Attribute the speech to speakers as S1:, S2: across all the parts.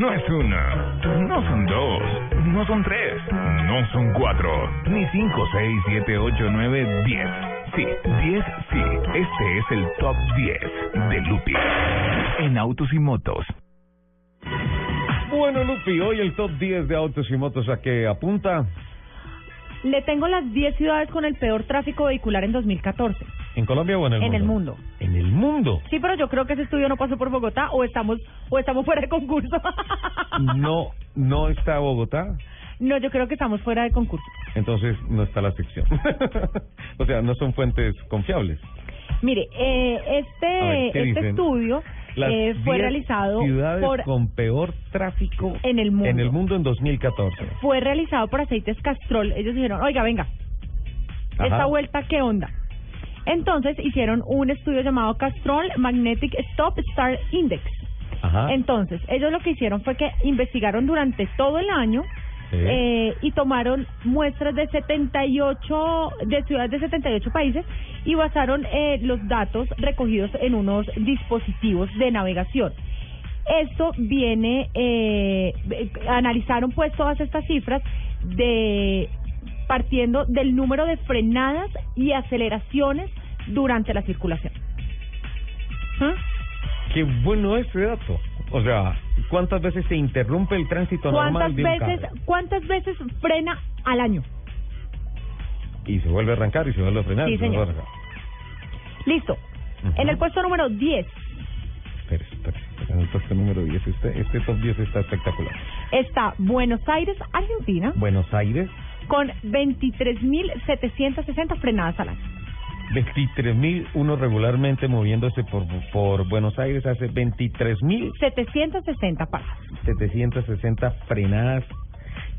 S1: No es una, no son dos, no son tres, no son cuatro, ni cinco, seis, siete, ocho, nueve, diez. Sí, diez, sí. Este es el top 10 de Lupi en autos y motos.
S2: Bueno, Lupi, hoy el top 10 de autos y motos a qué apunta.
S3: Le tengo las 10 ciudades con el peor tráfico vehicular en 2014.
S2: ¿En Colombia o en el
S3: En
S2: mundo?
S3: el mundo.
S2: En el mundo.
S3: Sí, pero yo creo que ese estudio no pasó por Bogotá o estamos o estamos fuera de concurso.
S2: No, no está Bogotá,
S3: No, yo creo que estamos fuera de concurso.
S2: entonces no está la sección. o sea, no son fuentes confiables.
S3: Mire, eh,
S2: A ver,
S3: este
S2: ¿qué
S3: este
S2: dicen?
S3: estudio
S2: Las
S3: eh, fue
S2: 10
S3: realizado
S2: ciudades
S3: por
S2: con peor tráfico
S3: en el mundo.
S2: en el mundo en 2014.
S3: Fue realizado por Aceites Castrol. Ellos dijeron, "Oiga, venga,
S2: Ajá.
S3: esta vuelta qué onda." Entonces hicieron un estudio llamado Castrol Magnetic Stop Star Index.
S2: Ajá.
S3: Entonces, ellos lo que hicieron fue que investigaron durante todo el año
S2: Sí.
S3: eh, y tomaron muestras de 78 de ciudades de 78 países y basaron eh, los datos recogidos en unos dispositivos de navegación. Esto viene eh, eh, analizaron pues todas estas cifras de partiendo del número de frenadas y aceleraciones durante la circulación. ¿Ah?
S2: Qué bueno ese dato. O sea, ¿cuántas veces se interrumpe el tránsito normal
S3: ¿Cuántas
S2: de un
S3: veces,
S2: carro?
S3: ¿Cuántas veces frena al año?
S2: Y se vuelve a arrancar y se vuelve a frenar.
S3: Sí,
S2: y se vuelve a
S3: señor.
S2: arrancar.
S3: Listo.
S2: Ujú.
S3: En el puesto número 10
S2: Espera, espera, espera, el puesto número 10. Este, este top 10 está espectacular.
S3: está Buenos Aires, Argentina,
S2: Buenos Aires,
S3: con 23.760 frenadas al año.
S2: 23.000, uno regularmente moviéndose por, por Buenos Aires hace 23.760
S3: 760 paradas.
S2: frenadas.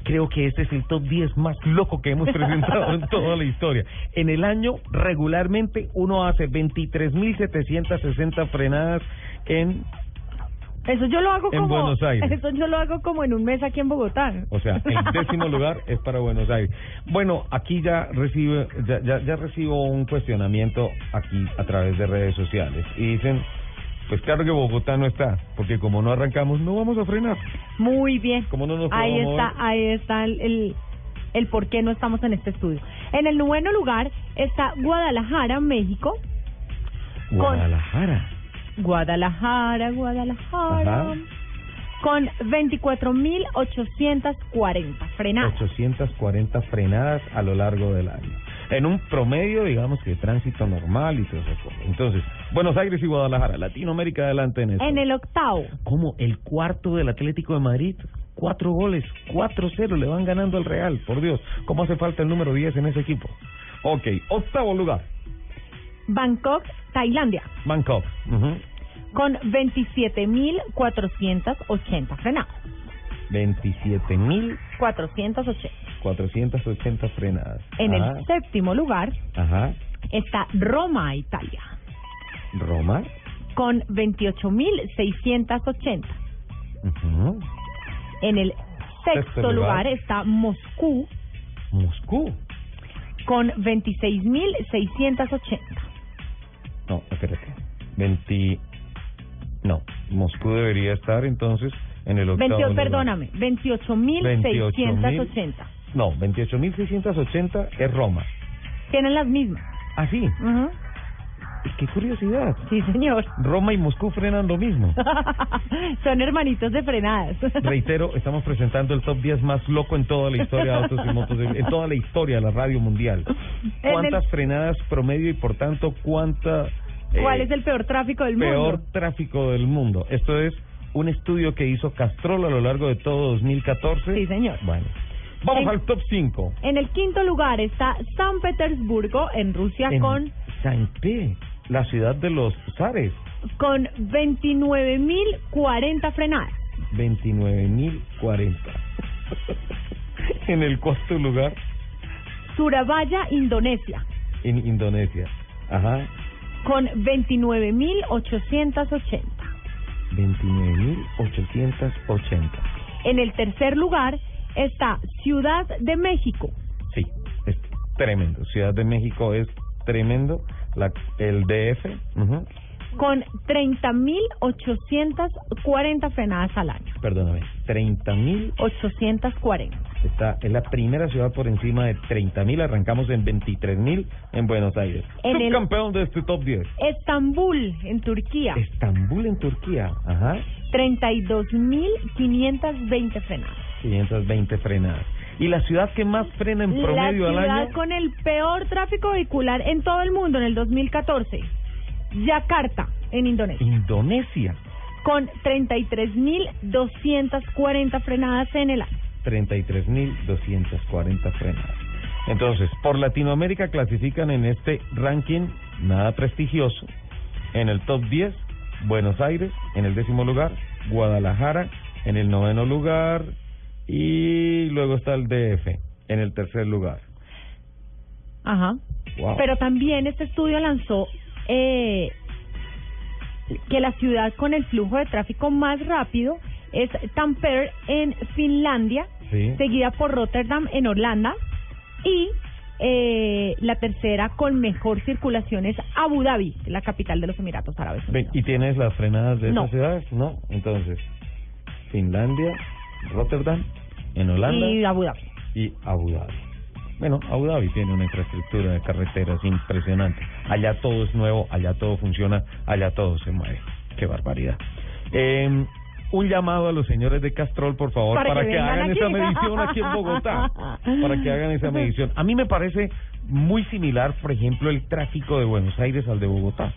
S2: Creo que este es el top 10 más loco que hemos presentado en toda la historia. En el año, regularmente, uno hace 23.760 frenadas en...
S3: Eso yo lo hago
S2: En
S3: como
S2: Buenos Aires.
S3: Eso yo lo hago como en un mes aquí en Bogotá.
S2: O sea, el décimo lugar es para Buenos Aires. Bueno, aquí ya, recibe, ya, ya, ya recibo un cuestionamiento aquí a través de redes sociales. Y dicen, pues claro que Bogotá no está, porque como no arrancamos, no vamos a frenar.
S3: Muy bien.
S2: Como no nos
S3: ahí
S2: podemos
S3: está,
S2: mover.
S3: ahí está el, el, el por qué no estamos en este estudio. En el noveno lugar está Guadalajara, México, Con-
S2: Guadalajara.
S3: Guadalajara, Guadalajara.
S2: Ajá.
S3: Con 24.840 frenadas.
S2: 840 frenadas a lo largo del año. En un promedio, digamos, que de tránsito normal y todo eso. Entonces, Buenos Aires y Guadalajara, Latinoamérica adelante en eso.
S3: En el octavo,
S2: como el cuarto del Atlético de Madrid. Cuatro goles, 4-0 le van ganando al Real, por Dios. ¿Cómo hace falta el número 10 en ese equipo? Ok, octavo lugar,
S3: Bangkok, Tailandia,
S2: Bangkok. Ujú.
S3: con 27.480 frenadas.
S2: 27.480
S3: 480.
S2: frenadas.
S3: En
S2: Ajá,
S3: el séptimo lugar
S2: Ajá,
S3: está Roma, Italia,
S2: Roma.
S3: con 28.680.
S2: Ujú.
S3: En el sexto,
S2: Sexto lugar.
S3: lugar está Moscú,
S2: Moscú.
S3: con 26.680.
S2: No, espérate. 20... No, Moscú debería estar entonces en el octavo
S3: 28,
S2: lugar.
S3: perdóname, 28.680.
S2: 28.000. No, 28.680 es Roma.
S3: Tienen las mismas.
S2: Ah, sí.
S3: Ujú.
S2: Qué curiosidad.
S3: Sí, señor.
S2: Roma y Moscú frenan lo mismo.
S3: Son hermanitos de frenadas.
S2: Reitero, estamos presentando el top 10 más loco en toda la historia de autos y motos, de- en toda la historia de la radio mundial.
S3: En
S2: ¿Cuántas
S3: el-
S2: frenadas promedio y por tanto cuánta eh,
S3: ¿Cuál es el peor tráfico del
S2: peor
S3: mundo?
S2: tráfico del mundo? Esto es un estudio que hizo Castrol a lo largo de todo 2014.
S3: Sí, señor.
S2: Bueno, vamos
S3: En-
S2: al top 5
S3: En el quinto lugar está San Petersburgo, en Rusia,
S2: en
S3: con
S2: Saint-Pé, la ciudad de los zares.
S3: con 29.040 frenadas.
S2: 29.040. en el cuarto lugar,
S3: Surabaya, Indonesia,
S2: en Indonesia. Ajá,
S3: con 29.880.
S2: 29.880.
S3: En el tercer lugar está Ciudad de México,
S2: Sí, es tremendo. Ciudad de México es tremendo. La, el DF, ujú,
S3: con 30.840 frenadas al año.
S2: perdóname, 30.000.
S3: 840.
S2: Está, es la primera ciudad por encima de 30.000. Arrancamos en 23.000 en Buenos Aires.
S3: En el-
S2: Subcampeón de este top 10.
S3: Estambul, en Turquía,
S2: Estambul en Turquía. Ajá.
S3: 32.520 frenadas.
S2: 520 frenadas. ¿Y la ciudad que más frena en
S3: La
S2: promedio al
S3: ciudad
S2: año?
S3: con el peor tráfico vehicular en todo el mundo en el 2014, Yakarta, en Indonesia,
S2: Indonesia.
S3: con 33.240 frenadas en el año.
S2: 33.240 frenadas. Entonces, por Latinoamérica clasifican en este ranking nada prestigioso. En el top 10, Buenos Aires, en el décimo lugar, Guadalajara, en el noveno lugar, y luego está el DF, en el tercer lugar.
S3: Ajá.
S2: Wow.
S3: Pero también este estudio lanzó eh, que la ciudad con el flujo de tráfico más rápido es Tampere en Finlandia,
S2: Sí.
S3: seguida por Rotterdam en Holanda y eh, la tercera con mejor circulación es Abu Dhabi, la capital de los Emiratos Árabes
S2: Ve,
S3: Unidos.
S2: ¿Y tienes las frenadas de
S3: No.
S2: esas ciudades? No. Entonces, Finlandia, Rotterdam, en Holanda.
S3: Y Abu Dhabi.
S2: y Abu Dhabi. Bueno, Abu Dhabi tiene una infraestructura de carreteras impresionante. Allá todo es nuevo, allá todo funciona, allá todo se mueve. Qué barbaridad. Eh, un llamado a los señores de Castrol, por favor,
S3: Para
S2: para,
S3: que
S2: que,
S3: vengan
S2: hagan
S3: aquí.
S2: esa medición aquí en Bogotá. Para que hagan esa medición. A mí me parece muy similar, por ejemplo, el tráfico de Buenos Aires al de Bogotá.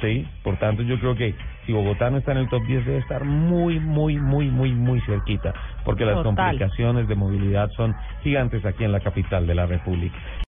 S2: Sí, por tanto yo creo que si Bogotá no está en el top 10 debe estar muy, muy, muy, muy, muy cerquita, porque las
S3: Total.
S2: complicaciones de movilidad son gigantes aquí en la capital de la República.